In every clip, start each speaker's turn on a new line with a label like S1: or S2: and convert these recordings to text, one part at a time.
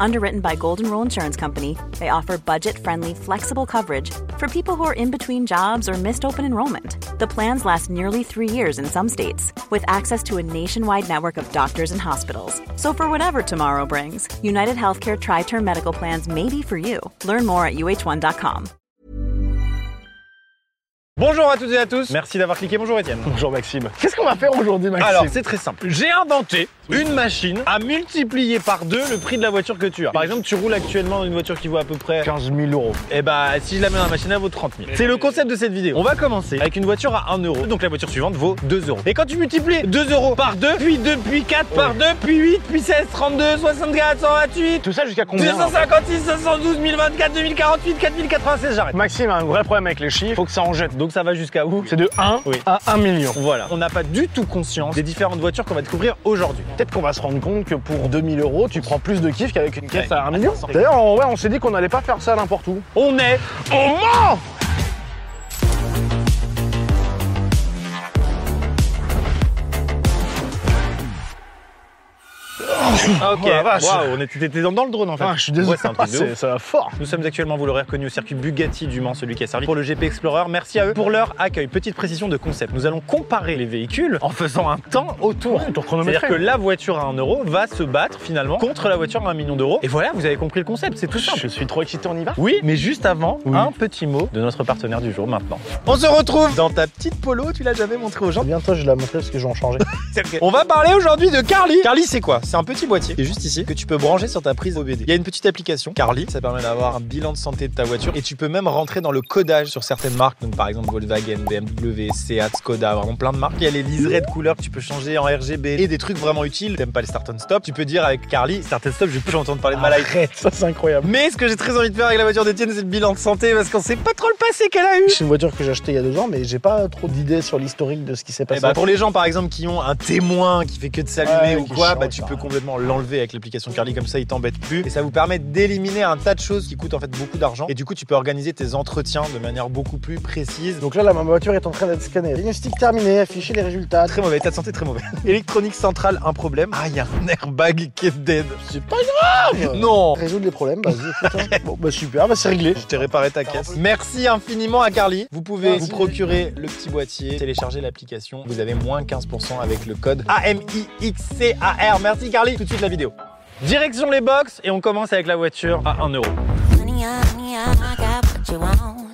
S1: Underwritten by Golden Rule Insurance Company, they offer budget friendly, flexible coverage for people who are in between jobs or missed open enrollment. The plans last nearly three years in some states, with access to a nationwide network of doctors and hospitals. So, for whatever tomorrow brings, United Healthcare Tri Term Medical Plans may be for you. Learn more at uh1.com.
S2: Bonjour à toutes et à tous.
S3: Merci d'avoir cliqué. Bonjour Étienne.
S2: Bonjour Maxime. Qu'est-ce qu'on va faire aujourd'hui Maxime
S3: Alors, c'est très simple. J'ai inventé une machine à multiplier par deux le prix de la voiture que tu as. Par exemple, tu roules actuellement dans une voiture qui vaut à peu près
S2: 15 000 euros.
S3: Eh bah, si je la mets dans la machine, elle vaut 30 000. C'est le concept de cette vidéo. On va commencer avec une voiture à 1 euro. Donc la voiture suivante vaut 2 euros. Et quand tu multiplies 2 euros par 2, puis 2, puis 4 par 2, puis 8, puis 16, 32, 64, 128,
S2: Tout ça jusqu'à combien là
S3: 256, 512, 1024, 2048, 4096, j'arrête.
S2: Maxime a un vrai problème avec les chiffres. Faut que ça en jette.
S3: Donc ça va jusqu'à où
S2: C'est de 1
S3: Oui.
S2: à 1 million.
S3: Voilà. On n'a pas du tout conscience des différentes voitures qu'on va découvrir aujourd'hui.
S2: Peut-être qu'on va se rendre compte que pour 2000 euros, tu prends plus de kiff qu'avec une caisse
S3: Ouais.
S2: à 1 million.
S3: Attends,
S2: D'ailleurs, on, ouais, on s'est dit qu'on n'allait pas faire ça n'importe où.
S3: On est
S2: Oh Mans
S3: Ok,
S2: Oh la vache.
S3: waouh, on était t'étais dans le drone en fait.
S2: Ah, je suis désolé,
S3: Ouais, c'est un truc de
S2: c'est-
S3: ouf.
S2: ça va fort.
S3: Nous sommes actuellement, vous l'aurez reconnu, au circuit Bugatti du Mans, celui qui a servi pour le GP Explorer. Merci à eux pour leur accueil. Petite précision de concept, nous allons comparer les véhicules en faisant un temps autour.
S2: Ouais, ton
S3: C'est-à-dire
S2: chronométré.
S3: que la voiture à 1 euro va se battre finalement contre la voiture à 1 million d'euros. Et voilà, vous avez compris le concept, c'est tout simple.
S2: Je suis trop excité, on y va
S3: Oui, mais juste avant,
S2: Oui.
S3: un petit mot de notre partenaire du jour maintenant. On se retrouve dans ta petite polo, tu l'as jamais montré aux gens.
S2: Bientôt, je vais la montrer parce que je vais en changer.
S3: On va parler aujourd'hui de Carly. Carly, c'est quoi C'est un petit boîtier qui est juste ici que tu peux brancher sur ta prise OBD. Il y a une petite application Carly, ça permet d'avoir un bilan de santé de ta voiture et tu peux même rentrer dans le codage sur certaines marques, donc par exemple Volkswagen, BMW, Seat, Skoda, vraiment plein de marques. Il y a les liserés de couleurs que tu peux changer en RGB et des trucs vraiment utiles. T'aimes pas les start and stop Tu peux dire avec Carly, start and stop, je vais plus entendre parler de ma life.
S2: Arrête, ça c'est incroyable.
S3: Mais ce que j'ai très envie de faire avec la voiture d'Etienne, c'est le bilan de santé parce qu'on sait pas trop le passé qu'elle a eu.
S2: C'est une voiture que j'ai achetée il y a deux ans, mais j'ai pas trop d'idées sur l'historique de ce qui s'est
S3: Eh
S2: passé.
S3: ben, pour les gens par exemple qui ont un témoin qui fait que de s'allumer
S2: Ouais,
S3: ou
S2: qui
S3: quoi,
S2: chante, hein.
S3: bah, tu
S2: ouais.
S3: peux complètement l'enlever avec l'application Carly comme ça il t'embête plus et ça vous permet d'éliminer un tas de choses qui coûtent en fait beaucoup d'argent et du coup tu peux organiser tes entretiens de manière beaucoup plus précise. Donc
S2: Donc là, la ma voiture est en train d'être scannée. Diagnostic terminé, afficher les résultats.
S3: très mauvais état de santé très mauvais. Électronique centrale un problème. Ah il y a un airbag qui est dead.
S2: C'est pas grave
S3: Non.
S2: euh, Résoudre les problèmes, vas-y, putain. Bon, bah super, bah c'est réglé.
S3: Je t'ai réparé ta caisse. Merci infiniment à Carly. Vous pouvez vous procurer le petit boîtier, télécharger l'application. Vous avez moins 15% avec le code AMIXCAR. Merci Carly. Tout de suite la vidéo. Direction les box et on commence avec la voiture à 1 euro.
S4: Honey, honey, I got what you want.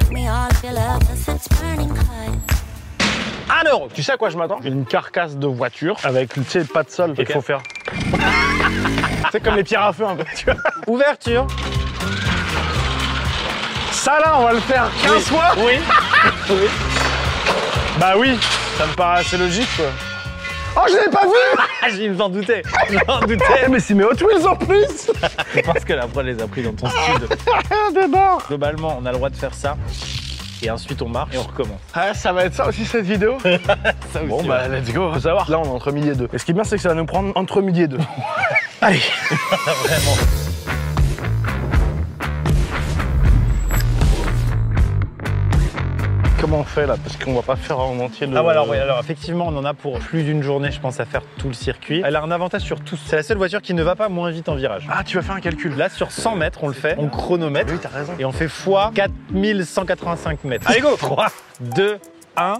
S4: Give me all of your love 'cause it's burning hot.
S3: 1 euro.
S2: Tu sais à quoi je m'attends Une carcasse de voiture avec, tu sais, pas de sol. Il
S3: Ok.
S2: faut faire. c'est comme les pierres à feu, un peu, tu vois.
S3: Ouverture.
S2: Ça là, on va le faire 15 fois Oui. Bah oui, ça me paraît assez logique, quoi. Oh, je l'ai pas vu
S3: Ah, je m'en doutais. Je m'en doutais.
S2: Eh, mais c'est mes Hot Wheels en plus
S3: Je pense que la prod les a pris dans ton sud.
S2: Ah, débarque
S3: Globalement, on a le droit de faire ça. Et ensuite, on marche et on recommence.
S2: Ah, ça va être ça aussi cette vidéo
S3: Ça
S2: Bon bah let's go, faut savoir. Là on est entre midi et deux. Et ce qui est bien c'est que ça va nous prendre entre midi et deux. Allez Comment on fait là Parce qu'on va pas faire en entier le.
S3: Ah ouais, alors, ouais, alors effectivement, on en a pour plus d'une journée, je pense, à faire tout le circuit. Elle a un avantage sur tous. C'est la seule voiture qui ne va pas moins vite en virage.
S2: Ah, tu vas faire un calcul. Ah
S3: Là, sur 100 mètres, on le fait, on chronomètre
S2: Oui, t'as raison.
S3: et on fait x 4185 mètres. Allez, go 3, 2, 1.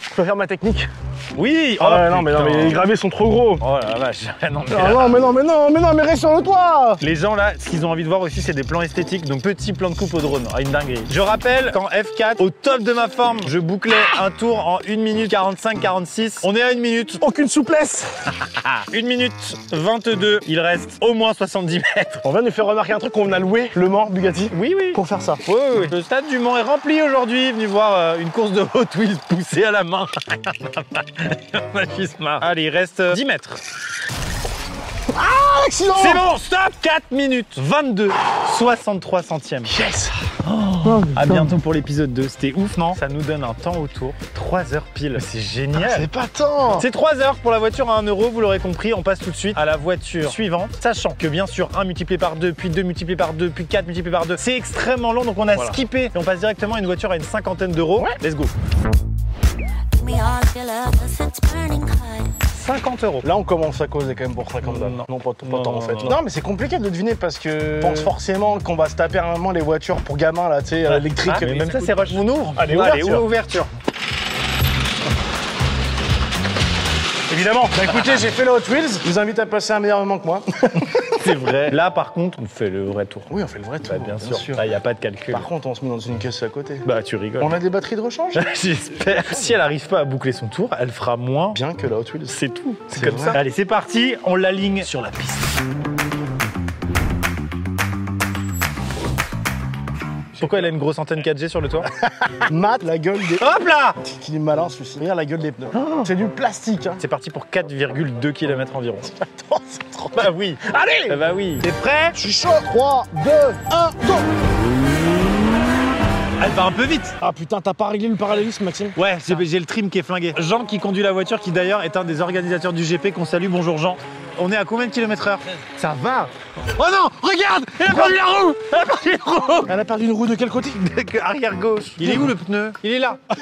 S2: Je peux faire ma technique
S3: Oui Oh,
S2: Ah ouais, non, mais non, mais les
S3: putain.
S2: gravés sont trop gros.
S3: Oh la vache non, mais
S2: Ah
S3: là-
S2: non, mais non, mais non, mais non, mais reste sur le toit
S3: Les gens là, ce qu'ils ont envie de voir aussi, c'est des plans esthétiques, donc petit plan de coupe au drone, Ah, une dinguerie. Je rappelle qu'en F4, au top de ma forme, je bouclais un tour en 1 minute 45-46. On est à 1 minute,
S2: Aucune souplesse
S3: ah, 1 minute 22, il reste au moins 70 mètres.
S2: On vient de faire remarquer un truc qu'on a loué, Le Mans, Bugatti,
S3: Oui, oui.
S2: pour faire ça.
S3: Oui, oui, oui. Le stade du Mans est rempli aujourd'hui, venu voir euh, une course de Hot Wheels poussée à la main. On a juste marre. Allez, il reste euh, 10 mètres.
S2: Ah, Accident
S3: C'est bon, stop 4 minutes 22, 63 centièmes. Yes
S2: Oh,
S3: À bientôt pour l'épisode 2, c'était ouf, non Ça nous donne un temps autour, 3 heures pile. Mais C'est génial
S2: C'est pas tant
S3: c'est 3 heures pour la voiture à 1 euro, vous l'aurez compris, on passe tout de suite à la voiture suivante, sachant que bien sûr 1 multiplié par 2, puis 2 multiplié par 2, puis 4 multiplié par 2, c'est extrêmement long, donc on a
S2: Voilà.
S3: skippé et on passe directement à une voiture à une cinquantaine d'euros. Let's go.
S4: We all feel us, it's burning hot.
S3: 50 euros.
S2: Là, on commence à causer quand même pour 50 balles.
S3: Non.
S2: Non, pas, tout- pas
S3: Non,
S2: tant
S3: non,
S2: en fait.
S3: non,
S2: Non,
S3: non.
S2: mais c'est compliqué de deviner parce que. Euh, Je pense forcément qu'on va se taper à un moment les voitures pour gamins là, tu sais,
S3: Ah,
S2: électriques.
S3: mais même ça, c'est rush. On ouvre
S2: Allez, ouverture.
S3: ouverture.
S2: Évidemment. Bah écoutez, j'ai fait la Hot Wheels. Je vous invite à passer un meilleur moment que moi.
S3: C'est vrai. Là, par contre, on fait le vrai tour.
S2: oui, on fait le vrai tour.
S3: Bah, bien, sûr. Là, il n'y a pas de calcul.
S2: Par contre, on se met dans une caisse à côté.
S3: bah, tu rigoles.
S2: On a des batteries de rechange
S3: J'espère. Si elle n'arrive pas à boucler son tour, elle fera moins.
S2: Bien que la Hot Wheels.
S3: C'est tout. C'est
S2: C'est
S3: comme
S2: vrai.
S3: ça. Allez, c'est parti. On l'aligne sur la piste. Pourquoi elle a une grosse antenne 4G sur le toit
S2: Mat, la gueule des.
S3: Hop là
S2: Qu'il est malin celui-ci. Regarde la gueule des pneus. C'est du plastique, hein.
S3: C'est parti pour 4,2 km environ.
S2: Attends, c'est trop.
S3: Bah oui Allez Bah oui T'es prêt
S2: Je suis chaud 3, 2, 1, go
S3: Elle va un peu vite
S2: Ah putain, t'as pas réglé le parallélisme, Maxime
S3: Ouais, j'ai j'ai le trim qui est flingué. Jean qui conduit la voiture, qui d'ailleurs est un des organisateurs du GP, qu'on salue. Bonjour Jean. On est à combien de kilomètres heure Ça va Oh non Regarde Elle a perdu la roue Elle a perdu la roue
S2: Elle a perdu une roue de quel côté
S3: Arrière gauche. Il est où le pneu Il est là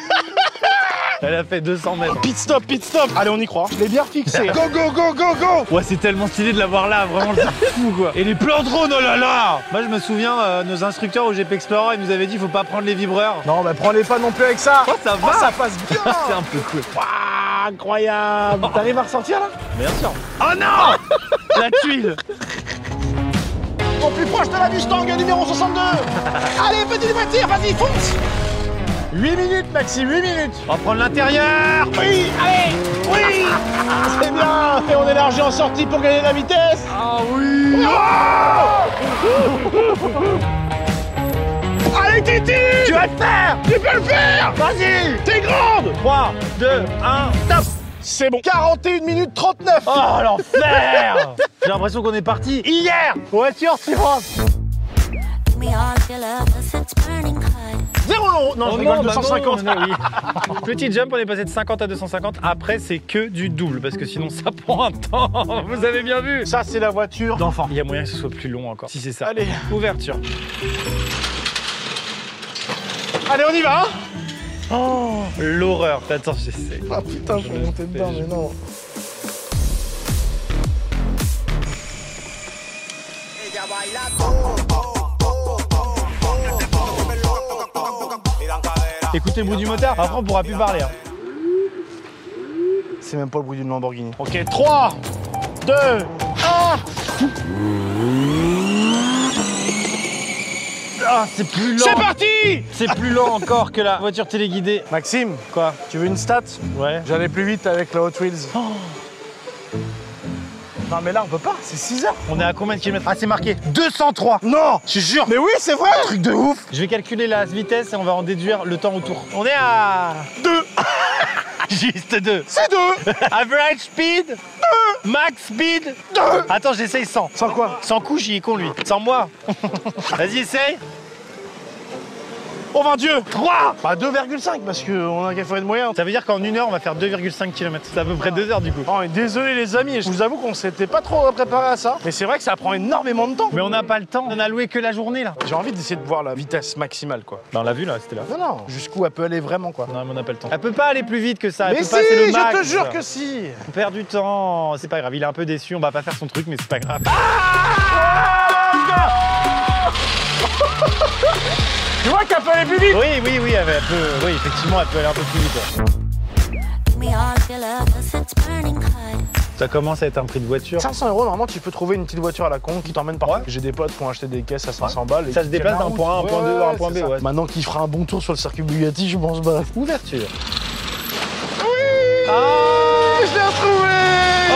S3: Elle a fait 200 mètres.
S2: Pit stop, pit stop Allez, on y croit. Je l'ai bien fixé. go, go, go, go, go
S3: Ouais, c'est tellement stylé de l'avoir là, vraiment, c'est fou quoi. Et les plans de drone, oh là là Moi je me souviens, euh, nos instructeurs au GP Explorer, ils nous avaient dit faut pas prendre les vibreurs.
S2: Non, bah prends les pas non plus avec ça
S3: Oh, ça va
S2: Oh, ça passe bien
S3: C'est un peu cool.
S2: Ouah, Incroyable Ah, T'arrives à ressortir là
S3: Bien sûr. Oh non La tuile
S2: Au plus proche de la Mustang numéro 62 Allez, petite voiture, vas-y, fonce 8 minutes, Maxi, 8 minutes
S3: On va prendre l'intérieur
S2: Oui, allez Oui C'est bien Et on élargit en sortie pour gagner de la vitesse
S3: Ah oui
S2: Allez, Titi Tu vas le faire Tu peux le faire Vas-y T'es grande
S3: 3, 2, 1, top
S2: C'est bon 41 minutes 39
S3: Oh l'enfer J'ai l'impression qu'on est parti hier Voiture suivante
S4: We all feel us, it's burning hot.
S2: Zéro long Oh Non, je rigole, 250
S3: Petit jump, on est passé de 50 à 250. Après, c'est que du double, parce que sinon, ça prend un temps. Vous avez bien vu
S2: Ça, c'est la voiture
S3: D'enfant. Il y a moyen que ce soit plus long encore. Si c'est ça.
S2: Allez.
S3: Ouverture.
S2: Allez, on y va hein
S3: L'horreur. Attends, j'essaie.
S2: Ah putain, je vais monter dedans, mais non
S3: Écoutez le bruit du moteur. Après, on pourra plus parler. hein.
S2: C'est même pas le bruit d'une Lamborghini.
S3: Ok, 3, 2, 1. Ah, c'est plus lent.
S2: C'est parti
S3: C'est plus lent encore que la voiture téléguidée.
S2: Maxime,
S3: Quoi
S2: tu veux une stat
S3: Ouais.
S2: J'allais plus vite avec la Hot Wheels. Non mais là on peut pas, c'est 6 heures
S3: On est à combien de kilomètres Ah, c'est marqué 203.
S2: Non
S3: Je te jure.
S2: Mais oui c'est vrai Truc de ouf
S3: Je vais calculer la vitesse et on va en déduire le temps autour. On est à
S2: 2
S3: juste 2.
S2: C'est 2
S3: Average speed 2. Max speed 2. Attends, j'essaye 100.
S2: Sans quoi
S3: Sans coup, j'y ai con lui. Sans moi. Vas-y, essaye. Oh mon dieu 3
S2: Bah 2,5 parce qu'on a qu'à faire une moyenne.
S3: Ça veut dire qu'en une heure, on va faire 2,5 km. C'est à peu près 2 heures du coup.
S2: Oh, et désolé les amis, je vous avoue qu'on s'était pas trop préparé à ça. Mais c'est vrai que ça prend énormément de temps.
S3: Mais on n'a pas le temps. On a loué que la journée là.
S2: J'ai envie d'essayer de voir la vitesse maximale quoi.
S3: Bah, on l'a vu là, c'était là.
S2: Non non, jusqu'où elle peut aller vraiment quoi.
S3: Non, mais on n'a pas le temps. Elle peut pas aller plus vite que ça. Elle
S2: mais
S3: peut
S2: si,
S3: pas, c'est le max.
S2: je te jure que si
S3: On perd du temps. C'est pas grave. Il est un peu déçu. On va pas faire son truc, mais c'est pas grave. Ah
S2: Tu vois qu'elle peut aller plus vite
S3: Oui, oui, oui, elle peut, oui, effectivement, elle peut aller un peu plus vite.
S4: We me all your love, 'cause it's burning hot.
S5: Ça commence à être un prix de voiture.
S2: 500 euros, normalement, tu peux trouver une petite voiture à la con qui t'emmène par
S3: Ouais.
S2: J'ai des potes qui ont acheté des caisses à 500 balles. et
S3: Ça se
S2: qui
S3: déplace
S2: tiennent la
S3: d'un
S2: route.
S3: point A à un point B, à un point
S2: c'est
S3: B,
S2: ça.
S3: ouais.
S2: Maintenant qu'il fera un bon tour sur le circuit Bugatti, je pense pas. Ah,
S3: Ouverture.
S2: Je l'ai retrouvé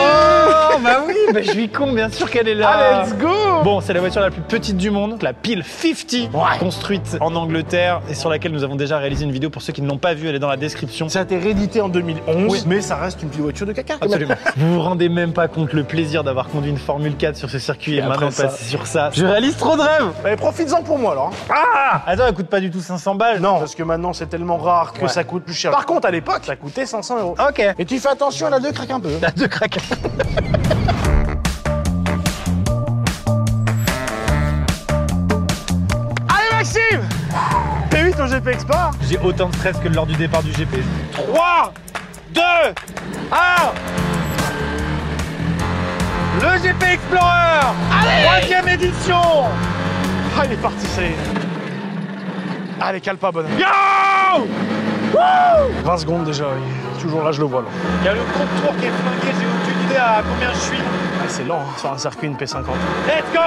S3: Oh, bah oui, bah je suis con, bien sûr qu'elle est là.
S2: Ah, let's go
S3: Bon, c'est la voiture la plus petite du monde, la pile 50, construite en Angleterre et sur laquelle nous avons déjà réalisé une vidéo. Pour ceux qui ne l'ont pas vue, elle est dans la description.
S2: Ça a été réédité en 2011,
S3: Oui.
S2: mais ça reste une petite voiture de caca.
S3: Absolument. vous vous rendez même pas compte le plaisir d'avoir conduit une Formule 4 sur ce circuit et,
S2: après
S3: maintenant de
S2: ça.
S3: passer sur ça. Je réalise trop de rêves.
S2: Allez, profites-en pour moi, alors.
S3: Ah Attends, elle coûte pas du tout 500 balles.
S2: Non, parce que maintenant, c'est tellement rare que
S3: Ouais.
S2: ça coûte plus cher. Par contre, à l'époque, ça coûtait 500 euros.
S3: Ok.
S2: Et tu fais attention, à la deux craque un peu.
S3: La deux craques.
S2: Allez, Maxime P8 au GP Export
S3: J'ai autant de stress que lors du départ du GP.
S2: 3, 2, 1
S3: Le GP Explorer Troisième édition
S2: Ah, il est parti, ça y est. Allez, cale pas, bonhomme.
S3: Yo
S2: 20 secondes déjà, oui. Toujours là, je le vois, là.
S3: Il y a le compte tour qui est flingué, j'ai aucune idée à combien je suis.
S2: Ah, c'est lent, hein, sur un circuit, une P50.
S3: Let's go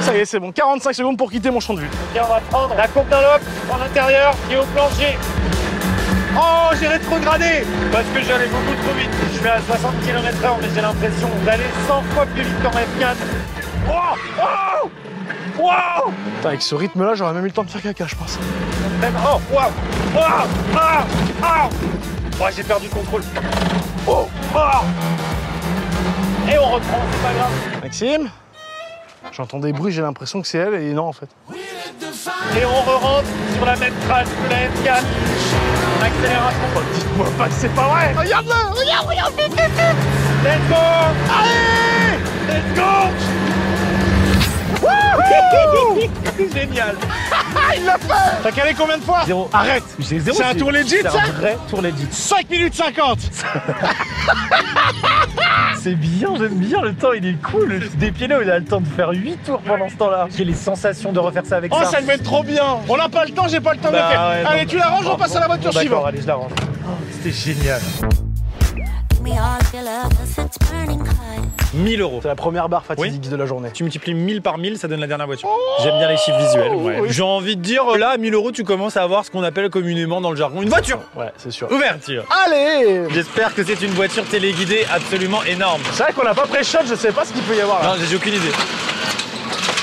S2: Ça y est, c'est bon. 45 secondes pour quitter mon champ de vue.
S3: Tiens, on va prendre la courbe d'un lobe en intérieur et au plancher. Oh, j'ai rétrogradé Parce que j'allais beaucoup trop vite. Je vais à 60 km/h, mais j'ai l'impression d'aller 100 fois plus vite qu'en F4. Oh Oh Wow
S2: Putain, Avec ce rythme-là, j'aurais même eu le temps de faire caca, je pense.
S3: Même- Oh Wow Oh Ah Ah Oh, j'ai perdu le contrôle. Oh Ah Et on reprend, c'est pas grave.
S2: Maxime J'entends des bruits, j'ai l'impression que c'est elle, et non, en fait.
S3: Et on re-rentre sur la même trace que la F4. Accélération.
S2: Oh, dites-moi pas que c'est pas vrai Regarde-le Regarde, regarde, vite, vite, vite
S3: Let's go
S2: Allez
S3: Let's go Génial
S2: Ah, il l'a fait T'as calé combien de fois
S3: Zéro.
S2: Arrête
S3: J'ai zéro
S2: C'est un
S3: su-
S2: tour legit,
S3: C'est
S2: ça
S3: un vrai tour legit.
S2: 5 minutes 50
S3: C'est bien, j'aime bien, le temps il est cool. Des pieds-là, il a le temps de faire 8 tours pendant ce temps-là. J'ai les sensations de refaire ça avec
S2: Oh, ça le met trop bien On n'a pas le temps, j'ai pas le temps de
S3: Bah
S2: le faire
S3: ouais,
S2: Allez,
S3: non.
S2: tu la ranges,
S3: Bon,
S2: on passe à la
S3: bon,
S2: voiture
S3: bon, d'accord,
S2: suivante
S3: Allez, je la range. Oh, C'était génial.
S4: Give me all your love, 'cause it's burning hot.
S3: 1000 euros.
S2: C'est la première barre fatidique de la journée.
S3: Tu multiplies 1000 par 1000, ça donne la dernière voiture. J'aime bien les chiffres visuels. ouais. J'ai envie de dire, là, à 1000 euros, tu commences à avoir ce qu'on appelle communément dans le jargon une voiture.
S2: Ouais, c'est sûr. Hein
S3: Ouverture.
S2: Allez
S3: J'espère que c'est une voiture téléguidée absolument énorme.
S2: C'est vrai qu'on n'a pas pré-shot, je sais pas ce qu'il peut y avoir là.
S3: Non, j'ai aucune idée.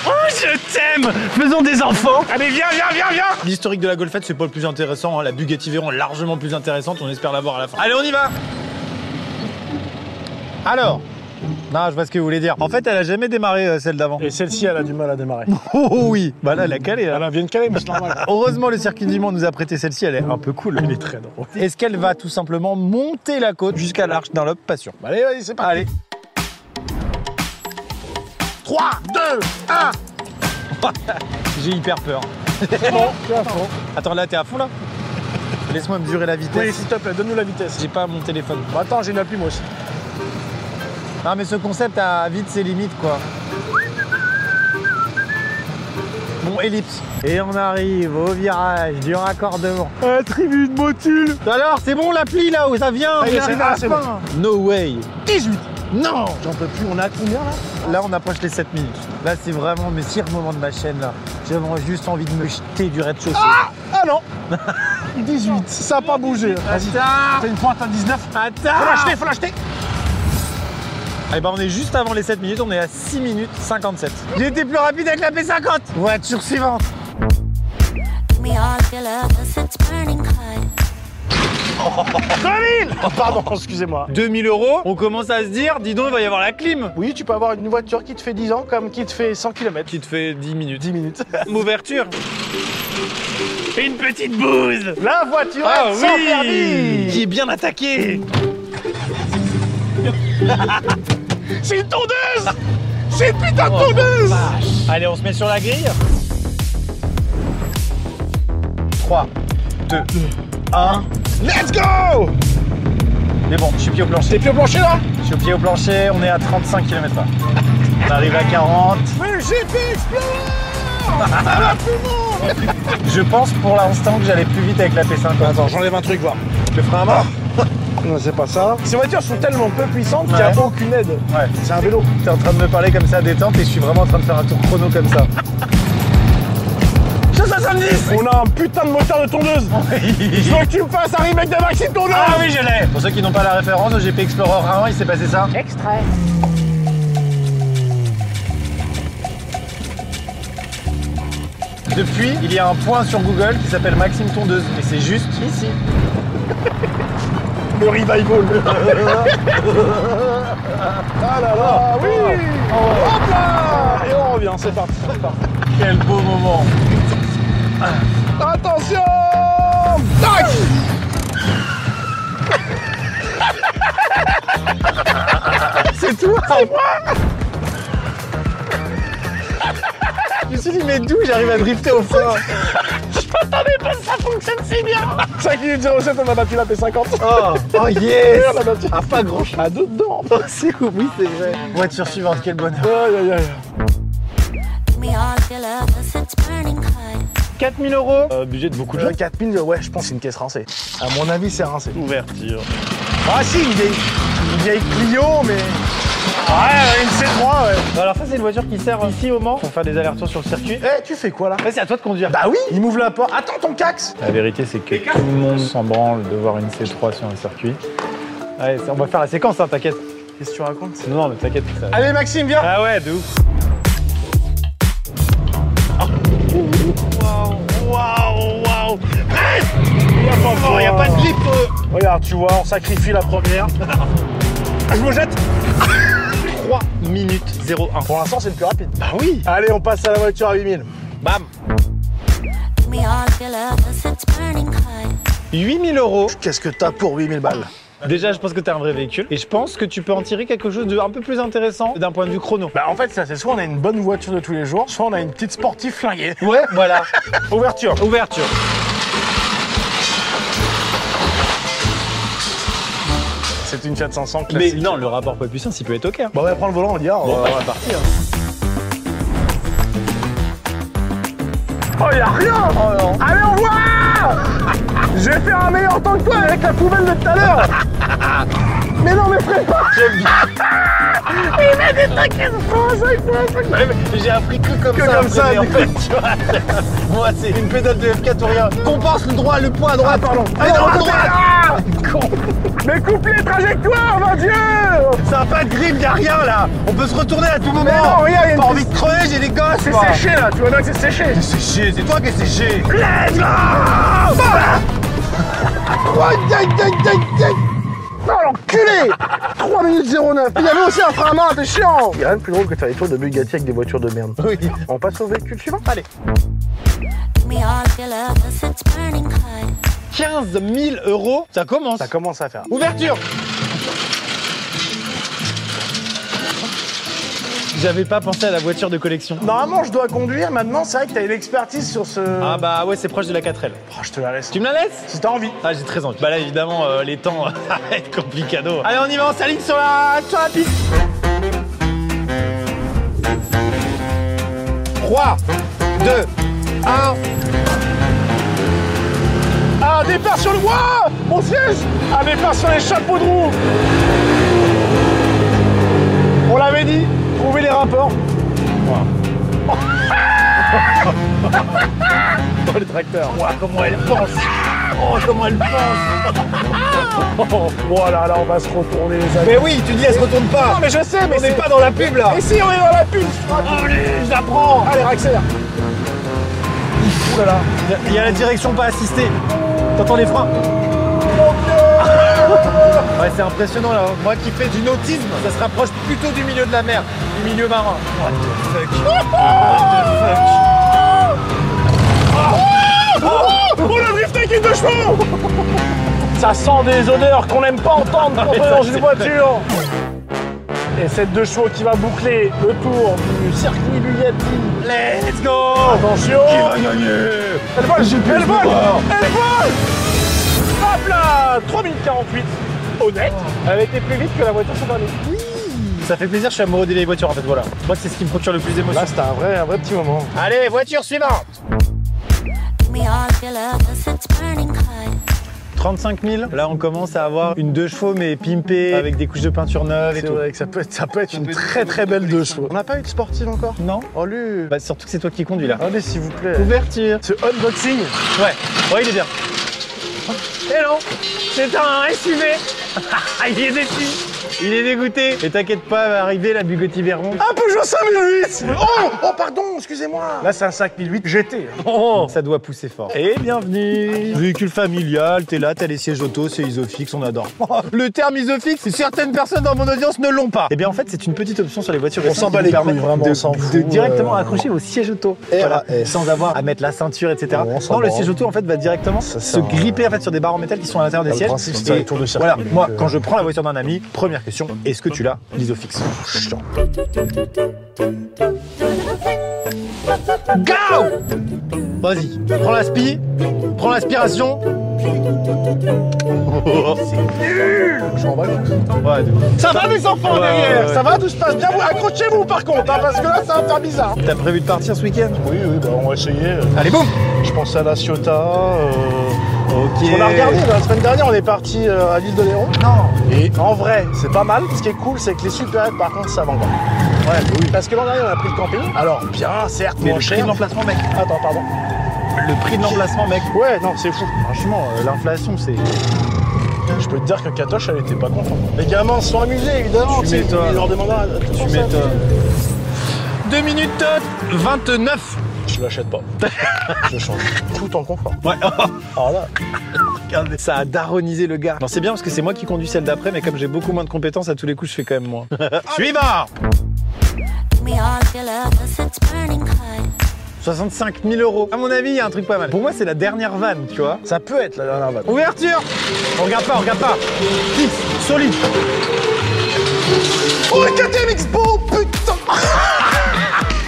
S3: Oh, je t'aime Faisons des enfants
S2: Allez, viens, viens, viens, viens
S3: L'historique de la golfette, c'est pas le plus intéressant. hein. La Bugatti Veyron est largement plus intéressante. On espère l'avoir à la fin. Allez, on y va Alors Non, je vois ce que vous voulez dire. En fait, elle a jamais démarré euh, celle d'avant.
S2: Et celle-ci, elle a du mal à démarrer.
S3: Oh, oh, oui Bah là, elle a calé. là.
S2: Elle vient de caler, mais c'est normal.
S3: Heureusement, le circuit du monde nous a prêté celle-ci. Elle est un peu cool.
S2: Il est très drôle.
S3: Est-ce qu'elle va tout simplement monter la côte jusqu'à l'arche d'un lobe Pas sûr.
S2: Bah Allez, vas-y, c'est parti.
S3: Allez.
S2: 3, 2, 1
S3: J'ai hyper peur. Attends, là, t'es à fond là Laisse-moi mesurer la vitesse.
S2: Oui, s'il te plaît, donne-nous la vitesse.
S3: J'ai pas mon téléphone.
S2: Bon, attends, j'ai une appli moi aussi.
S3: Non mais ce concept a vite ses limites quoi. Bon ellipse. Et on arrive au virage du raccordement.
S2: Ah, tribune, motule
S3: Alors c'est bon l'appli là où ça vient
S2: Ah,
S3: on
S2: il est
S3: arrive
S2: c'est-
S3: à
S2: ah,
S3: la
S2: c'est
S3: fin. No way
S2: 18
S3: Non
S2: J'en peux plus, on a combien là
S3: Là on approche les 7 minutes. Là c'est vraiment mes pires moments de ma chaîne là. J'ai vraiment juste envie de me jeter du rez-de-chaussée.
S2: Ah non 18, ça a pas bougé. Vas-y,
S3: Attends
S2: t'as une pointe à 19 Faut l'acheter, faut l'acheter
S3: Eh ben on est juste avant les 7 minutes, on est à 6 minutes 57. J'ai été plus rapide avec la P50 Voiture suivante
S4: Give me all your love, 'cause it's burning hot.
S2: 2000 oh, Pardon, excusez-moi.
S3: 2000 euros, on commence à se dire, dis donc il va y avoir la clim
S2: Oui, tu peux avoir une voiture qui te fait 10 ans comme qui te fait 100 km.
S3: qui te fait 10 minutes.
S2: 10 minutes.
S3: Ouverture. Une petite bouse
S2: La voiture
S3: Ah
S2: sans
S3: oui
S2: permis
S3: est bien attaqué
S2: C'est une tondeuse C'est une putain de tondeuse
S3: Allez, on se met sur la grille 3, 2, 1.
S2: Let's go
S3: Mais bon, je suis pied au
S2: T'es
S3: plancher.
S2: plus au plancher là
S3: Je suis au pied au plancher, on est à 35 km h On arrive à 40.
S2: Mais j'ai fait Explorer Ça va plus loin
S3: Je pense pour l'instant que j'allais plus vite avec la P50. Attends,
S2: J'enlève un truc, voir.
S3: je ferai un mort.
S2: Non, c'est pas ça. Ces voitures sont tellement peu puissantes qu'il n'y
S3: Ouais.
S2: a aucune aide.
S3: Ouais.
S2: C'est un vélo.
S3: T'es en train de me parler comme ça détente et je suis vraiment en train de faire un tour chrono comme ça.
S2: Je 70 On a un putain de moteur de tondeuse. Je veux que tu me fasses un remake de Maxime Tondeuse.
S3: Ah oui, je l'ai Pour ceux qui n'ont pas la référence, au GP Explorer 1, il s'est passé ça.
S6: Extrait.
S3: Depuis, il y a un point sur Google qui s'appelle Maxime Tondeuse. Et c'est juste ici.
S2: Le revival. ah là là, oui. Hop là Et on revient, c'est parti. c'est parti.
S3: Quel beau moment
S2: Attention Tac
S3: C'est toi C'est moi Je me suis dit, mais d'où j'arrive à drifter au fond
S2: Ça fonctionne si bien 5 minutes 07, on a battu la P50.
S3: oh, oh yes
S2: On a battu.
S3: Ah, pas grand chose
S2: À Oh, deux dedans
S3: C'est cool, oui, c'est vrai. Voiture suivante, quel bonheur.
S2: Aïe aïe aïe.
S4: We all feel love us, it's burning hot.
S3: 4000 euros
S2: Euh, budget de beaucoup de gens. 4000, ouais, je pense que c'est une caisse rincée. À mon avis, c'est rincé.
S3: Ouverture.
S2: Ah si, une vieille, une vieille Clio, mais...
S3: Ouais, une C3, ouais. Alors, ça, c'est une voiture qui sert ici au Mans pour faire des allers-retours sur le circuit.
S2: Eh, tu fais quoi, là
S3: Ouais, c'est à toi de conduire.
S2: Bah oui, il m'ouvre la porte. Attends, ton cax
S3: La vérité, c'est que tout le monde s'en branle de voir une C3 sur un circuit. Ouais, ça- on va faire la séquence, hein, t'inquiète.
S2: Qu'est-ce que tu racontes
S3: Non, non, mais t'inquiète. ça-
S2: Allez, Maxime, viens
S3: Ah ouais, de ouf. Ah.
S2: Waouh, waouh Il n'y a pas de euh. clip Regarde, tu vois, on sacrifie la première. Ah, je me jette
S3: 3 minutes 01.
S2: Pour l'instant, c'est le plus rapide.
S3: Bah oui
S2: Allez, on passe à la voiture à 8000.
S3: Bam
S4: We all feel love us, it's burning hot.
S3: 8000 euros.
S2: Qu'est-ce que t'as pour 8000 balles
S3: Déjà, je pense que t'as un vrai véhicule. Et je pense que tu peux en tirer quelque chose de un peu plus intéressant d'un point de vue chrono.
S2: Bah en fait, ça c'est soit on a une bonne voiture de tous les jours, soit on a une petite sportive flinguée.
S3: Ouais, voilà.
S2: Ouverture.
S3: Ouverture.
S2: C'est une Fiat 500
S3: Mais
S2: classique.
S3: non, le rapport poids puissance, il peut être au cœur.
S2: Bon, bah prends le volant, on y va. on va-
S3: partir.
S2: Oh, y'a rien Allez, on voit Je vais faire un meilleur temps que toi avec la poubelle de tout à l'heure Mais non, mais prépare Il m'a des taquets de France avec moi, fuck.
S3: J'ai appris que comme
S2: Que
S3: ça.
S2: comme ça,
S3: après, en
S2: du
S3: fait, tu vois. Moi, c'est une pédale de F4 ou rien. Compense le droit, le poids à droite.
S2: Pardon
S3: Allez,
S2: Non,
S3: droite,
S2: ah Mais coupe les trajectoires, mon dieu
S3: Ça a pas de grip, y'a rien là On peut se retourner à tout moment
S2: non, regarde, y a une
S3: Pas envie
S2: petite-
S3: de crever, j'ai des gosses
S2: C'est
S3: moi.
S2: séché là, tu vois bien que c'est séché
S3: C'est séché, c'est toi qui es séché
S2: Let's go Oh, ding, ding, ding, ding. Oh l'enculé 3 minutes 09 Il y avait aussi un frein à main, t'es chiant Il a rien de plus drôle que de faire les tours de Bugatti avec des voitures de merde.
S3: Oui
S2: On passe au véhicule suivant
S3: Allez
S4: We all feel love us, it's burning hot.
S3: 15 000 euros, ça commence
S2: Ça commence à faire.
S3: Ouverture J'avais pas pensé à la voiture de collection.
S2: Normalement je dois conduire, maintenant c'est vrai que t'as une expertise sur ce...
S3: Ah bah ouais, c'est proche de la 4L.
S2: Oh, je te la laisse.
S3: Tu me la laisses
S2: Si t'as envie.
S3: Ah, j'ai très envie. Bah là, évidemment, euh, les temps, ça va être complicado. Allez, on y va, on s'aligne sur la, sur la piste. 3, 2, 1.
S2: Ah, départ sur le... Ouah Mon siège Ah, départ sur les chapeaux de roue On l'avait dit, trouvez les rapports.
S3: Dans le tracteur. comment elle pense Oh, comment elle pense
S2: Voilà, là, on va se retourner, les amis.
S3: Mais oui, tu dis, elle se retourne pas.
S2: Non, mais je sais, mais
S3: on n'est
S2: c'est-
S3: pas dans la pub là.
S2: Et si on est dans la pub Allez, je la prends Allez, accélère Ouh là là
S3: Il y a la direction pas assistée. T'entends les freins Ouais, c'est impressionnant là. Moi qui fais du nautisme, ça se rapproche plutôt du milieu de la mer, du milieu marin. What the fuck What
S2: Oh, le drift avec une de chevaux Ça sent des odeurs qu'on n'aime pas entendre quand on est dans une voiture Et cette deux chevaux qui va boucler le tour du circuit Bugatti.
S3: the fuck Let's go
S2: Attention
S3: Qui va gagner
S2: Elle vole Elle vole
S3: pouvoir.
S2: Elle vole Hop là 3 minutes 48 Honnête, elle était plus vite que la voiture sur dernier.
S3: Ça fait plaisir, je suis amoureux des voitures en fait, voilà. Je crois que c'est ce qui me procure le plus d'émotion.
S2: c'était un vrai, un vrai petit moment.
S3: Allez, voiture suivante
S4: We all feel love us, it's burning hot.
S3: 35 000. Là, on commence à avoir une deux chevaux, mais pimpée, avec des couches de peinture neuve et
S2: C'est
S3: tout.
S2: vrai que ça peut être, ça peut être une
S3: peut être
S2: très
S3: une
S2: très
S3: bonne
S2: belle deux chevaux. On n'a pas eu de sportive encore
S3: Non
S2: Oh, lui
S3: Bah, surtout que c'est toi qui conduis là.
S2: Allez, s'il vous plaît.
S3: Ouverture
S2: Ce unboxing
S3: Ouais, ouais, il est bien.
S2: Hello C'est un SUV Il est déçu
S3: Il est dégoûté. Et t'inquiète pas, va arriver la Bugatti Veyron.
S2: Un Peugeot 5008 Oh Oh, pardon, excusez-moi Là, c'est un 5008 GT.
S3: Oh, ça doit pousser fort. Et bienvenue Véhicule familial, t'es là, t'as les sièges auto, c'est isofix, on adore. le terme isofix, certaines personnes dans mon audience ne l'ont pas. Eh bien en fait, c'est une petite option sur les voitures.
S2: On
S3: récentes qui
S2: s'en bat
S3: vous
S2: les
S3: permettent
S2: couilles, vraiment,
S3: de,
S2: on s'en
S3: de
S2: fout,
S3: directement
S2: euh,
S3: accrocher au siège auto.
S2: RAS.
S3: Sans avoir à mettre la ceinture, etc.
S2: On s'en
S3: Non, le
S2: branle.
S3: siège auto en fait va directement
S2: Ça
S3: se
S2: sert à rien.
S3: gripper en fait sur des barres en métal qui sont à l'intérieur des
S2: Ah, le
S3: sièges.
S2: principe, c'est ça,
S3: Et
S2: les tours de circuit,
S3: Voilà,
S2: donc,
S3: moi
S2: euh,
S3: quand je prends la voiture d'un ami, première question, est-ce que tu l'as l'isofix Go Vas-y, prends l'aspi, prends l'aspiration.
S2: Je m'en bats.
S3: Ouais, de ouf.
S2: Ça va, mes enfants,
S3: Ouais,
S2: derrière
S3: ouais,
S2: Ça va, tout se passe bien Vous- Accrochez-vous, par contre, hein, parce que là, ça va faire bizarre.
S3: T'as prévu de partir ce week-end
S2: Oui, oui, bah, on va essayer.
S3: Allez, boum
S2: Je pensais à la Ciotat. euh,
S3: Ok.
S2: On a regardé, la semaine dernière, on est parti euh, à l'île de Léon.
S3: Non
S2: Et en vrai, c'est pas mal. Ce qui est cool, c'est que les supérettes, par contre, ça vend pas. Ouais, oui. Parce que l'an dernier, on a pris le camping. Alors, bien, certes,
S3: Mais
S2: moins
S3: le prix de
S2: cher.
S3: l'emplacement, mec
S2: Attends, pardon.
S3: Le prix de l'emplacement, mec
S2: Ouais, non, c'est fou.
S3: Franchement, euh, l'inflation, c'est.
S2: Je peux te dire que Katoche, elle était pas contente. Les gamins se sont amusés, évidemment.
S3: Tu
S2: sais,
S3: m'étonnes.
S2: Ils leur ah, demandaient.
S3: Tu m'étonnes. 2 minutes 29
S2: Je l'achète pas. je change. Tout en confort.
S3: Ouais,
S2: Alors Ah, là,
S3: Regardez, ça a daronisé le gars. Non, c'est bien parce que c'est moi qui conduis celle d'après, mais comme j'ai beaucoup moins de compétences, à tous les coups, je fais quand même moins. Suivant
S4: We all feel us, it's burning hot.
S3: 65 000 euros. À mon avis, il y a un truc pas mal. Pour moi, c'est la dernière vanne, tu vois.
S2: ça peut être la dernière vanne.
S3: Ouverture On regarde pas, on regarde pas Fixe, solide
S2: Oh, la KTM Expo, putain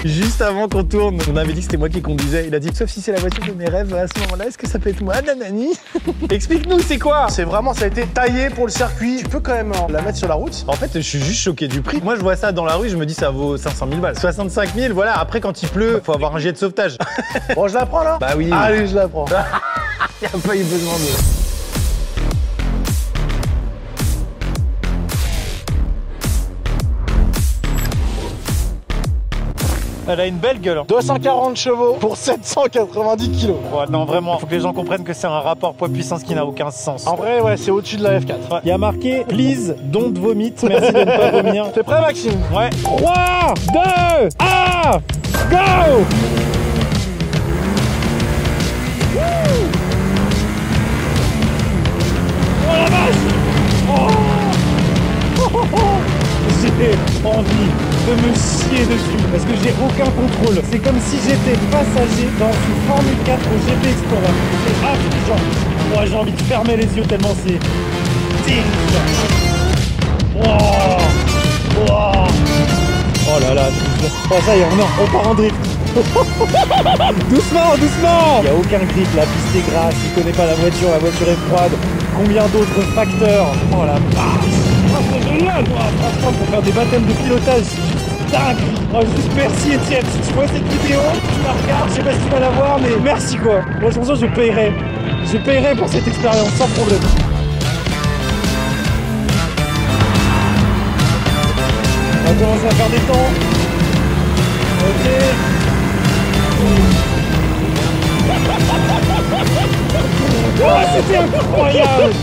S3: Juste avant qu'on tourne, on avait dit que c'était moi qui conduisais. Il a dit, sauf si c'est la voiture de mes rêves, à ce moment-là, est-ce que ça peut être moi, nanani Explique-nous, c'est quoi
S2: C'est vraiment, ça a été taillé pour le circuit. Tu peux quand même euh, la mettre sur la route.
S3: En fait, je suis juste choqué du prix. Moi, je vois ça dans la rue, je me dis ça vaut 500 000 balles. 65 000, voilà. Après, quand il pleut, faut avoir un jet de sauvetage.
S2: Bon, je la prends là
S3: Bah oui.
S2: Allez, je la prends.
S3: Il n'y a pas eu besoin de. Elle a une belle gueule. hein.
S2: 240 chevaux pour 790 kilos.
S3: Ouais, non, vraiment, faut que les gens comprennent que c'est un rapport poids-puissance qui n'a aucun sens.
S2: En vrai, ouais, c'est au-dessus de la F4.
S3: Ouais. Il y a marqué Please don't vomit. Merci de ne pas vomir.
S2: T'es prêt, Maxime
S3: Ouais. 3, 2, 1, go Oh J'ai envie de me chier dessus parce que j'ai aucun contrôle. C'est comme si j'étais passager dans une Formule 4 au GP Explorer. C'est affligeant. Moi j'ai envie de fermer les yeux tellement c'est. dingue. Wow. Wow. Oh là là, je vous jure. Oh, ça y est, on, en- on part en drift. doucement, doucement Il n'y a aucun grip, la piste est grasse, il connaît pas la voiture, la voiture est froide. Combien d'autres facteurs Oh la vache Ah, c'est génial, moi. Franchement, pour faire des baptêmes de pilotage, c'est juste dingue Oh, juste merci Étienne, si tu vois cette vidéo, tu la regardes, je sais pas si tu vas la voir, mais merci quoi Moi, je pense que je paierai. Je paierai pour cette expérience, sans problème. On va commencer à faire des temps. Ok. Oh, c'était incroyable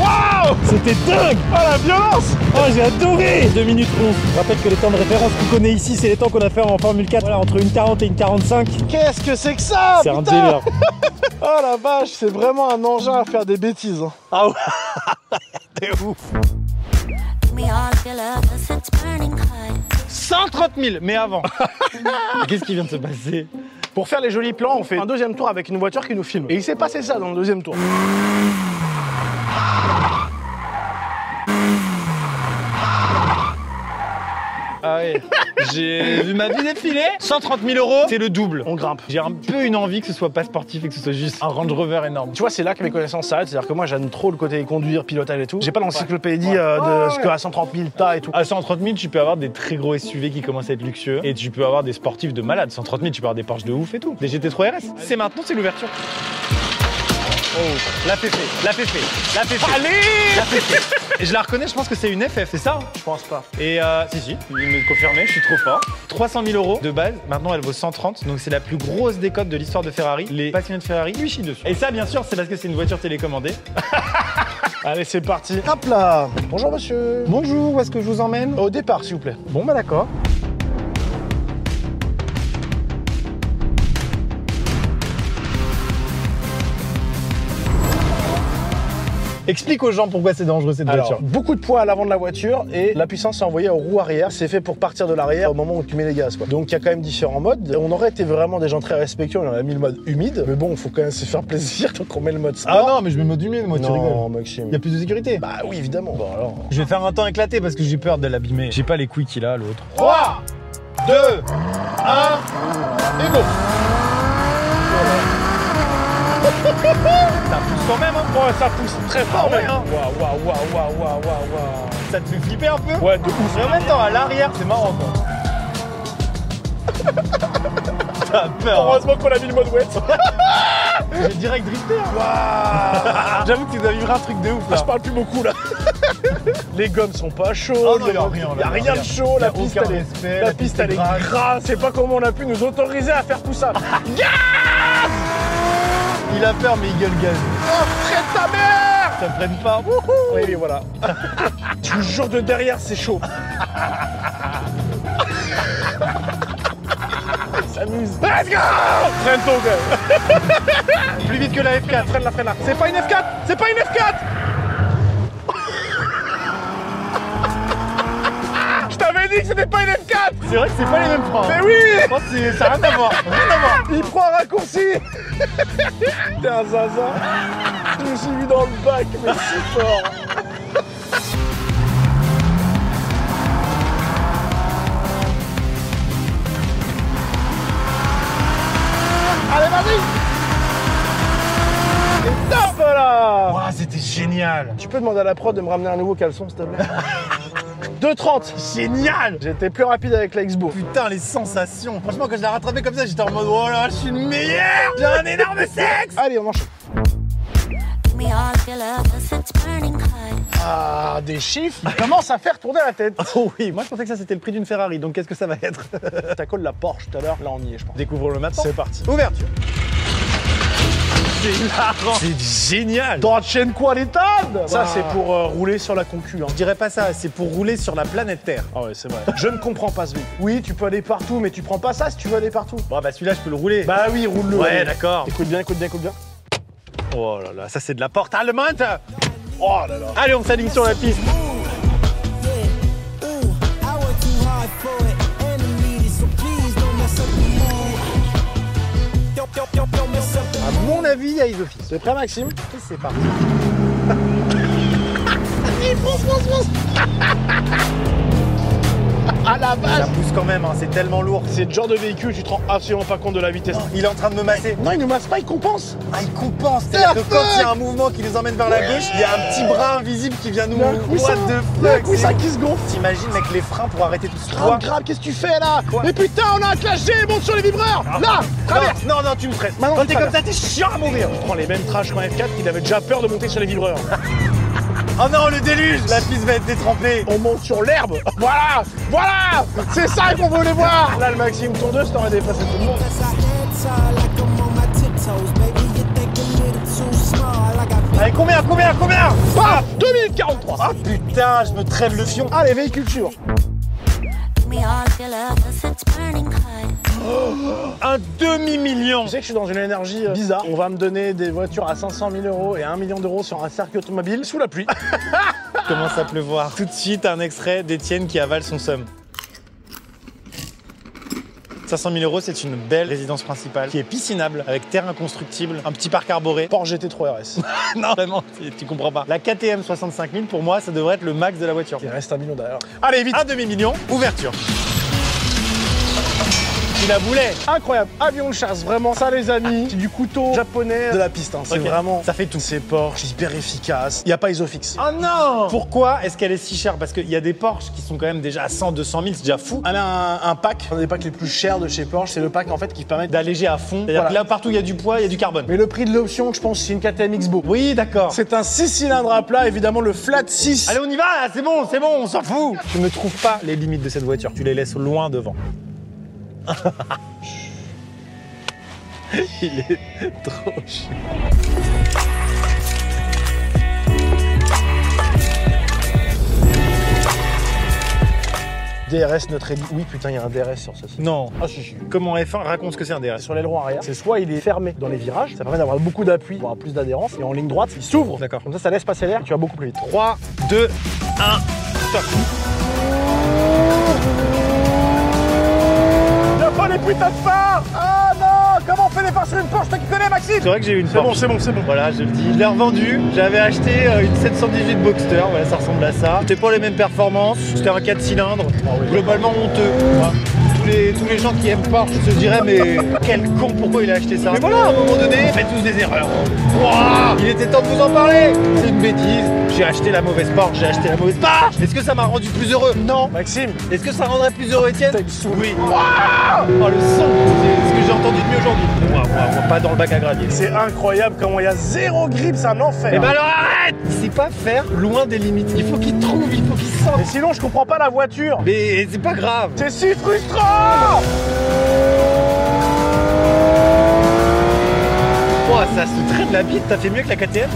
S3: Waouh C'était dingue Oh, la violence Oh, j'ai adoré 2 minutes 11. Je rappelle que les temps de référence qu'on connaît ici, c'est les temps qu'on a fait en Formule 4. Voilà, entre une 40 et une 45.
S2: Qu'est-ce que c'est que ça
S3: C'est un
S2: putain
S3: délire.
S2: Oh la vache, c'est vraiment un engin à faire des bêtises. hein.
S3: Ah ouais T'es ouf
S4: We all feel us, it's burning hot.
S3: 130 000, mais avant Qu'est-ce qui vient de se passer
S2: Pour faire les jolis plans, on fait un deuxième tour avec une voiture qui nous filme. Et il s'est passé ça dans le deuxième tour.
S3: Ah ouais, j'ai vu ma vie défiler. 130 000 euros, c'est le double.
S2: On grimpe.
S3: J'ai un peu une envie que ce soit pas sportif et que ce soit juste un Range Rover énorme.
S2: Tu vois, c'est là que mes connaissances s'arrêtent. C'est-à-dire que moi, j'aime trop le côté conduire, pilotage et tout. J'ai pas l'encyclopédie euh, de ce que à 130 000 tas et tout.
S3: À 130 000, tu peux avoir des très gros SUV qui commencent à être luxueux et tu peux avoir des sportifs de malade. 130 000, tu peux avoir des Porsche de ouf et tout. Des GT3 RS. C'est maintenant, c'est l'ouverture. Oh, la FF, la FF, la FF.
S2: Allez
S3: La FF. Et je la reconnais, je pense que c'est une FF, c'est ça hein
S2: Je pense pas.
S3: Et euh, si, si, il me confirmait, je suis trop fort. 300 000 euros de base, maintenant elle vaut 130, donc c'est la plus grosse décote de l'histoire de Ferrari. Les passionnés de Ferrari lui chient dessus. Et ça, bien sûr, c'est parce que c'est une voiture télécommandée.
S2: Allez, c'est parti.
S3: Hop là
S2: Bonjour monsieur.
S3: Bonjour, où est-ce que je vous emmène
S2: Au départ, s'il vous plaît.
S3: Bon, bah d'accord. Explique aux gens pourquoi c'est dangereux cette
S2: Alors,
S3: voiture.
S2: beaucoup de poids à l'avant de la voiture et la puissance est envoyée aux roues arrière. C'est fait pour partir de l'arrière au moment où tu mets les gaz. Quoi. Donc il y a quand même différents modes. On aurait été vraiment des gens très respectueux, on aurait mis le mode humide. Mais bon, il faut quand même se faire plaisir donc on met le mode
S3: Ah
S2: sport.
S3: non, mais je me mets du mine, moi, tu
S2: non,
S3: rigoles.
S2: Maxime.
S3: Il y a plus de sécurité.
S2: Bah oui, évidemment. Bon alors.
S3: Je vais faire un temps éclaté parce que j'ai peur de l'abîmer. J'ai pas les couilles qu'il a, l'autre.
S2: 3, 2, 1, et go
S3: Ça pousse quand même, hein.
S2: Ouais, ça pousse très fort,
S3: Ah ouais,
S2: mec.
S3: hein.
S2: Waouh, waouh, waouh, waouh, waouh, waouh,
S3: Ça te fait flipper un peu
S2: waouh. Ouais, de ouf.
S3: Mais en même temps, à l'arrière, c'est marrant, quoi. T'as peur, hein.
S2: Heureusement qu'on a mis le mode wet.
S3: J'ai direct drifté, hein.
S2: Waouh
S3: J'avoue que tu dois vivre un truc de ouf,
S2: Ah, Je
S3: là.
S2: parle plus beaucoup là. Les gommes sont pas chaudes.
S3: Ah non, y a
S2: le-
S3: rien, là, y
S2: y a
S3: a
S2: rien
S3: rien.
S2: de chaud. La
S3: Y a
S2: piste,
S3: aucun
S2: elle est,
S3: respect,
S2: la
S3: la
S2: piste,
S3: piste
S2: elle est
S3: est grasse.
S2: grasse. C'est pas comment on a pu nous autoriser à faire tout ça. Gars,
S3: Il a peur, mais il gueule gaz.
S2: frère ta mère
S3: Ça prenne pas. Wouhou
S2: Oui, oui, voilà. Je vous jure de derrière, c'est chaud. Il s'amuse. Let's go Freine ton gueule.
S3: Plus vite que la F4.
S2: Freine la, freine la. C'est pas une F4 C'est pas une F4 Je t'avais dit que c'était pas une F4
S3: C'est vrai que c'est pas les mêmes freins.
S2: Mais oui
S3: Je pense que c'est- ça n'a rien à voir. Rien à voir.
S2: Il prend un raccourci T'es un zinzin Je me suis vu dans le bac, mais si fort Allez, vas-y Et top là
S3: Ouah, Oh, c'était génial.
S2: Tu peux demander à la prod de me ramener un nouveau caleçon, s'il te plaît 2.30
S3: Génial
S2: J'étais plus rapide avec la Xbox.
S3: Putain, les sensations. Franchement, quand je l'ai rattrapé comme ça, j'étais en mode, oh là, je suis le meilleur. J'ai un énorme sexe.
S2: Allez, on enchaîne.
S4: We all feel love us, it's burning hot.
S2: Ah, des chiffres Ils commencent à faire tourner la tête.
S3: Oh oui, moi je pensais que ça c'était le prix d'une Ferrari, donc qu'est-ce que ça va être
S2: T'as collé la Porsche tout à l'heure, là on y est, je pense.
S3: Découvre le maintenant.
S2: C'est parti.
S3: Ouverture.
S2: C'est hilarant.
S3: C'est génial.
S2: T'enchaînes quoi les tables Ça,
S3: Waouh.
S2: c'est pour euh, rouler sur la concu. hein.
S3: Je dirais pas ça, c'est pour rouler sur la planète Terre.
S2: Ah ouais, c'est vrai. je ne comprends pas ce véhicule. Oui, tu peux aller partout, mais tu prends pas ça si tu veux aller partout.
S3: Bon bah celui-là je peux le rouler.
S2: Bah oui, roule-le.
S3: Ouais,
S2: allez.
S3: d'accord.
S2: Écoute bien, écoute bien, écoute bien.
S3: Oh là là, ça c'est de la porte allemande.
S2: Oh là là.
S3: Allez, on s'aligne sur la piste. À mon avis, il y a Isophie.
S2: T'es prêt, Maxime
S3: Et c'est parti.
S2: À la
S3: Ça
S2: base
S3: pousse quand même, hein, c'est tellement lourd.
S2: C'est le genre de véhicule, tu te rends absolument pas compte de la vitesse.
S3: Il est en train de me masser.
S2: Non, il nous masse pas, il compense.
S3: Ah, il compense. C'est-à-dire que quand il y a un mouvement qui nous emmène vers la gauche, il y a un petit bras invisible qui vient nous.
S2: D'un coup,
S3: What
S2: ça-
S3: the
S2: d'un
S3: fuck
S2: coup, ça
S3: c'est-
S2: qui se gonfle.
S3: T'imagines, mec, les freins pour arrêter tout ce poids.
S2: Grave, grave, qu'est-ce que tu fais là
S3: Quoi
S2: Mais putain, on a un clash G, monte sur les vibreurs Là Traverse
S3: Non, non, tu me stresses.
S2: Maintenant,
S3: Quand
S2: tu
S3: t'es comme
S2: traverses.
S3: ça, t'es chiant à mourir.
S2: Je prends les mêmes trash qu'en F4 qu'il avait déjà peur de monter sur les vibreurs.
S3: Oh non, le déluge La piste va être détrempée.
S2: on monte sur l'herbe Voilà Voilà C'est ça qu'on voulait voir Là, le Maxime Tour 2, ça aurait dépassé tout le monde.
S3: Allez, combien, combien, combien
S2: Paf 2043
S3: Ah putain, je me traîne le fion.
S2: Allez, véhicule suivant.
S4: We all feel love, it's burning hot.
S3: Un demi-million.
S2: Je sais que je suis dans une énergie euh, bizarre. On va me donner des voitures à 500 000 euros et 1 million d'euros sur un cercle automobile sous la pluie.
S3: Commence à pleuvoir. Tout de suite, un extrait d'Étienne qui avale son somme. 500 000 euros, c'est une belle résidence principale qui est piscinable, avec terre inconstructible, un petit parc arboré.
S2: Porsche GT3 RS.
S3: non, vraiment, tu- tu comprends pas. La KTM 65 000, pour moi, ça devrait être le max de la voiture.
S2: Il reste un million derrière.
S3: Allez, vite Un demi-million, ouverture.
S2: il la voulait. Incroyable. Avion de chasse, vraiment. Ça, les amis, c'est du couteau japonais de la piste. hein. C'est
S3: Ok.
S2: vraiment.
S3: Ça fait tout.
S2: C'est Porsche, c'est hyper efficace. Il n'y a pas isofix.
S3: Oh non Pourquoi est-ce qu'elle est si chère Parce qu'il y a des Porsche qui sont quand même déjà à 100, 200 000, c'est déjà fou. Elle a un, un pack
S2: Un des packs les plus chers de chez Porsche, c'est le pack en fait qui permet d'aller.
S3: d'alléger à fond. C'est-à-dire
S2: Voilà.
S3: que là, partout, il y a du poids, il y a du carbone.
S2: Mais le prix de l'option, je pense, c'est une KTM X-Bow.
S3: Oui, d'accord.
S2: C'est un 6 cylindres à plat, évidemment le flat 6.
S3: Allez, on y va, là, c'est bon, c'est bon, on s'en fout Tu ne trouves pas les limites de cette voiture, tu les laisses loin devant. il est trop chiant.
S2: DRS notre élite. Oui, putain, il y a un DRS sur ça.
S3: Non.
S2: Ah, si, si.
S3: Comment F1 raconte ce que c'est un DRS
S2: Sur l'aileron arrière, c'est soit il est fermé dans les virages, ça permet d'avoir beaucoup d'appui, d'avoir plus d'adhérence, et en ligne droite, il s'ouvre.
S3: D'accord.
S2: Comme ça, ça laisse passer l'air, tu vas beaucoup plus vite.
S3: 3, 2, 1, top
S2: Il a pas les putains de phares Ah non Comment on fait les phares sur une Porsche Toi qui connais, Maxime
S3: C'est vrai que j'ai eu une
S2: C'est bon,
S3: Porsche.
S2: c'est bon, c'est bon.
S3: Voilà, je le dis. Je l'ai revendue. J'avais acheté euh, une 718 Boxster. Voilà, ça ressemble à ça. C'était pas les mêmes performances. C'était un 4 cylindres. Globalement honteux. Voilà. Tous les, tous les gens qui aiment Porsche se diraient mais quel con pourquoi il a acheté ça Mais voilà à un moment donné faites tous des erreurs Ouah, Il était temps de vous en parler C'est une bêtise J'ai acheté la mauvaise Porsche J'ai acheté la mauvaise Porsche Est-ce que ça m'a rendu plus heureux Non
S2: Maxime,
S3: Est-ce que ça rendrait plus heureux Étienne
S2: t'as une souris.
S3: Oui Ouah Oh le son C'est ce que j'ai entendu de mieux aujourd'hui Ouah, ouah, ouah, Pas dans le bac à gravier
S2: C'est incroyable comment il y a zéro grip, c'est un enfer.
S3: eh ben alors arrête Il sait pas faire loin des limites. Il faut qu'il trouve, il faut qu'il sorte.
S2: Mais sinon, je comprends pas la voiture.
S3: Mais c'est pas grave.
S2: C'est si frustrant
S3: Oh, ça se traîne la bite, t'as fait mieux que la KTM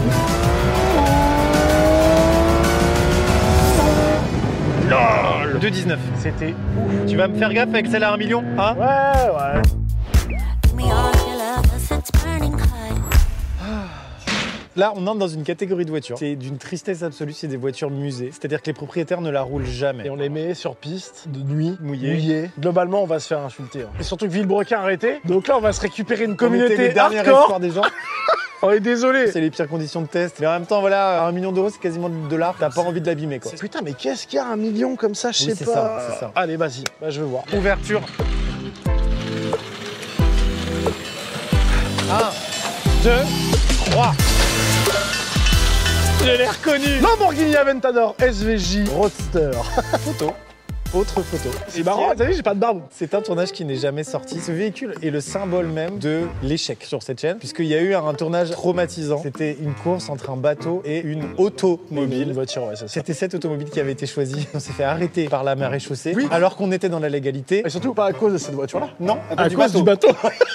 S3: LOL 2,19.
S2: C'était.
S3: Tu vas me faire gaffe avec celle à 1 million Hein
S2: Ouais, ouais.
S4: Give me all your love, 'cause it's burning hot.
S3: Là, on entre dans une catégorie de voitures. C'est d'une tristesse absolue, c'est des voitures musées. C'est-à-dire que les propriétaires ne la roulent jamais.
S2: Et on les met sur piste, de nuit,
S3: Mouillé.
S2: mouillé. Globalement, on va se faire insulter. hein. Et surtout que Villebrequin a arrêté. Donc là, on va se récupérer une communauté
S3: les derniers
S2: hardcore.
S3: espoirs des gens.
S2: On est désolé.
S3: C'est les pires conditions de test. Mais en même temps, voilà, un million d'euros, c'est quasiment de l'art. T'as pas envie de l'abîmer, quoi.
S2: Putain, mais qu'est-ce qu'il y a un million comme ça Je
S3: Oui,
S2: sais
S3: c'est
S2: pas.
S3: ça, c'est ça.
S2: Allez, vas-y, bah, je veux voir.
S3: Ouverture. 1, 2, 3. Je l'ai reconnu.
S2: Lamborghini Aventador SVJ Roadster.
S3: Photo. Autre photo.
S2: C'est marrant, t'as vu, j'ai pas de barbe.
S3: C'est un tournage qui n'est jamais sorti. Ce véhicule est le symbole même de l'échec sur cette chaîne, puisqu'il y a eu un tournage traumatisant. C'était une course entre un bateau et une
S2: Une
S3: automobile.
S2: voiture, ouais, c'est ça.
S3: C'était cette automobile qui avait été choisie. On s'est fait arrêter par la marée chaussée, alors qu'on était dans la légalité.
S2: Et surtout pas à cause de cette voiture-là.
S3: Non,
S2: À cause Ah, du bateau.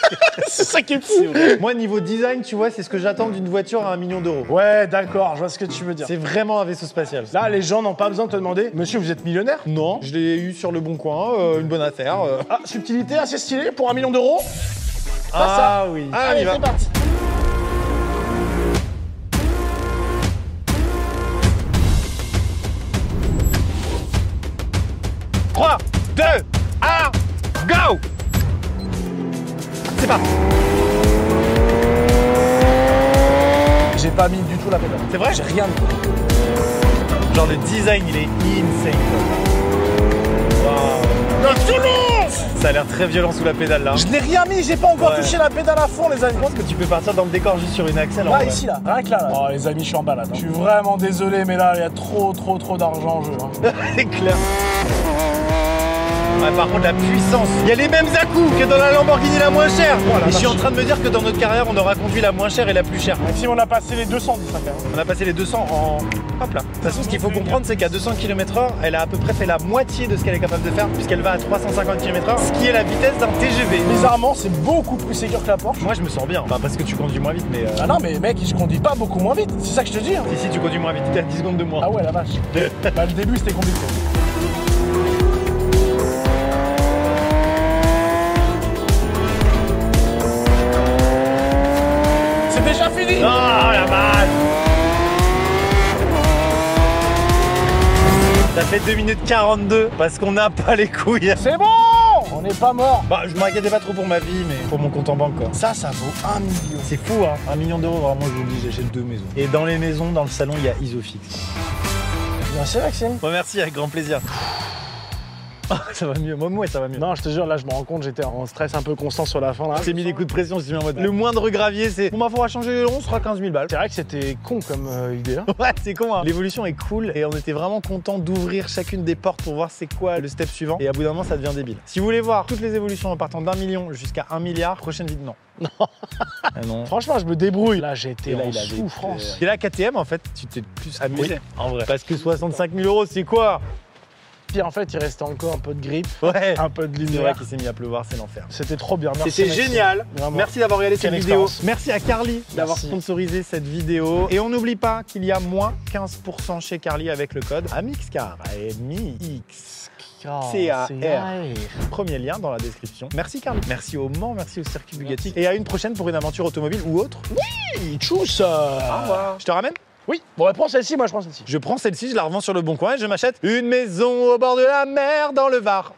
S2: c'est ça qui est fou.
S3: Moi, niveau design, tu vois, c'est ce que j'attends d'une voiture à un million d'euros.
S2: Ouais, d'accord, je vois ce que tu veux dire.
S3: C'est vraiment un vaisseau spatial.
S2: Là, les gens n'ont pas besoin de te demander, monsieur, vous êtes millionnaire
S3: non, je l'ai eu sur le bon coin, euh, une bonne affaire. euh.
S2: Ah, subtilité assez stylée pour un million d'euros.
S3: Ah, oui. Ah, on y
S2: Allez,
S3: va.
S2: c'est parti.
S3: Trois, deux, un, go C'est parti.
S2: J'ai pas mis du tout la pédale.
S3: C'est vrai
S2: J'ai rien mis.
S3: Genre le design, il est insane. quoi. Waouh. Ça a l'air très violent sous la pédale là.
S2: Je n'ai rien mis, j'ai pas encore
S3: Ouais.
S2: touché la pédale à fond, les amis.
S3: pense que tu peux partir dans le décor juste sur une axelle. en
S2: Là,
S3: vrai.
S2: Bah, ici, là, rien que là, là. Oh, les amis, je suis en balade. hein. Je suis vraiment désolé, mais là, il y a trop, trop, trop d'argent en jeu. hein.
S3: C'est clair. Ouais, par contre, la puissance. Il y a les mêmes à-coups que dans la Lamborghini la moins chère.
S2: la
S3: et je suis en
S2: vache.
S3: train de me dire que dans notre carrière, on aura conduit la moins chère et la plus chère.
S2: Maxime, on a passé les 210 à faire.
S3: On a passé les 200 en. Hop là. De toute façon, ce qu'il faut comprendre, c'est qu'à 200 km/h, elle a à peu près fait la moitié de ce qu'elle est capable de faire, puisqu'elle va à 350 km/h, ce qui est la vitesse d'un TGV.
S2: Bizarrement, c'est beaucoup plus sécure que la Porsche.
S3: Moi, je me sens bien. Enfin, parce que tu conduis moins vite, mais. euh,
S2: Ah non, mais mec, je conduis pas beaucoup moins vite. C'est ça que je te dis. hein.
S3: Ici, tu conduis moins vite. T'es à 10 secondes de moins.
S2: Ah ouais, la vache. bah, le début, c'était compliqué. C'est déjà fini
S3: Oh la balle Ça fait 2 minutes 42 parce qu'on n'a pas les couilles.
S2: C'est bon On n'est pas mort.
S3: Bah, je m'inquiétais pas trop pour ma vie, mais pour mon compte en banque, quoi.
S2: Ça, ça vaut un million.
S3: C'est fou, hein. Un million d'euros, vraiment, je vous le dis, j'achète deux maisons. Et dans les maisons, dans le salon, il y a Isofix.
S2: Merci, Maxime.
S3: Bon, merci, avec grand plaisir. Ah, ça va mieux, moi, moi ça va mieux.
S2: Non, je te jure, là, je me rends compte, j'étais en stress un peu constant sur la fin. là.
S3: J'ai mis des coups de pression, je suis en mode. Le moindre gravier, c'est. Bon, bah, faudra changer, on sera 15 000 balles.
S2: C'est vrai que c'était con comme euh, idée. hein.
S3: Ouais, c'est con, hein. L'évolution est cool et on était vraiment content d'ouvrir chacune des portes pour voir c'est quoi le step suivant. Et à bout d'un moment, ça devient débile. Si vous voulez voir toutes les évolutions en partant d'un million jusqu'à un milliard, prochaine vidéo, non. Ah non.
S2: Franchement, je me débrouille. Là, j'étais
S3: Et là,
S2: en
S3: il avait euh,
S2: souffrance.
S3: Et là, KTM, en fait, tu t'es plus amusé.
S2: Oui, en vrai.
S3: Parce que 65 000 euros, c'est quoi
S2: Puis en fait, il restait encore un peu de grippe,
S3: Ouais.
S2: un peu de
S3: C'est vrai
S2: lumière.
S3: qu'il s'est mis à pleuvoir, c'est l'enfer.
S2: C'était trop bien. Merci.
S3: C'était
S2: Maxime.
S3: génial.
S2: Vraiment.
S3: Merci d'avoir regardé cette
S2: Quelle
S3: vidéo.
S2: expérience.
S3: Merci à Carly d'avoir
S2: Merci.
S3: sponsorisé cette vidéo. Et on n'oublie pas qu'il y a moins 15% chez Carly avec le code AMIXCAR. AMIX.
S2: C-A-R.
S3: Premier lien dans la description. Merci Carly. Merci au Mans, merci au Circuit Bugatti. Et à une prochaine pour une aventure automobile ou autre.
S2: Hey, tchuss euh.
S3: Au revoir. Je te ramène
S2: Oui, bon, bah, prends celle-ci, moi je prends celle-ci.
S3: Je prends celle-ci, je la revends sur le bon coin et je m'achète une maison au bord de la mer dans le Var.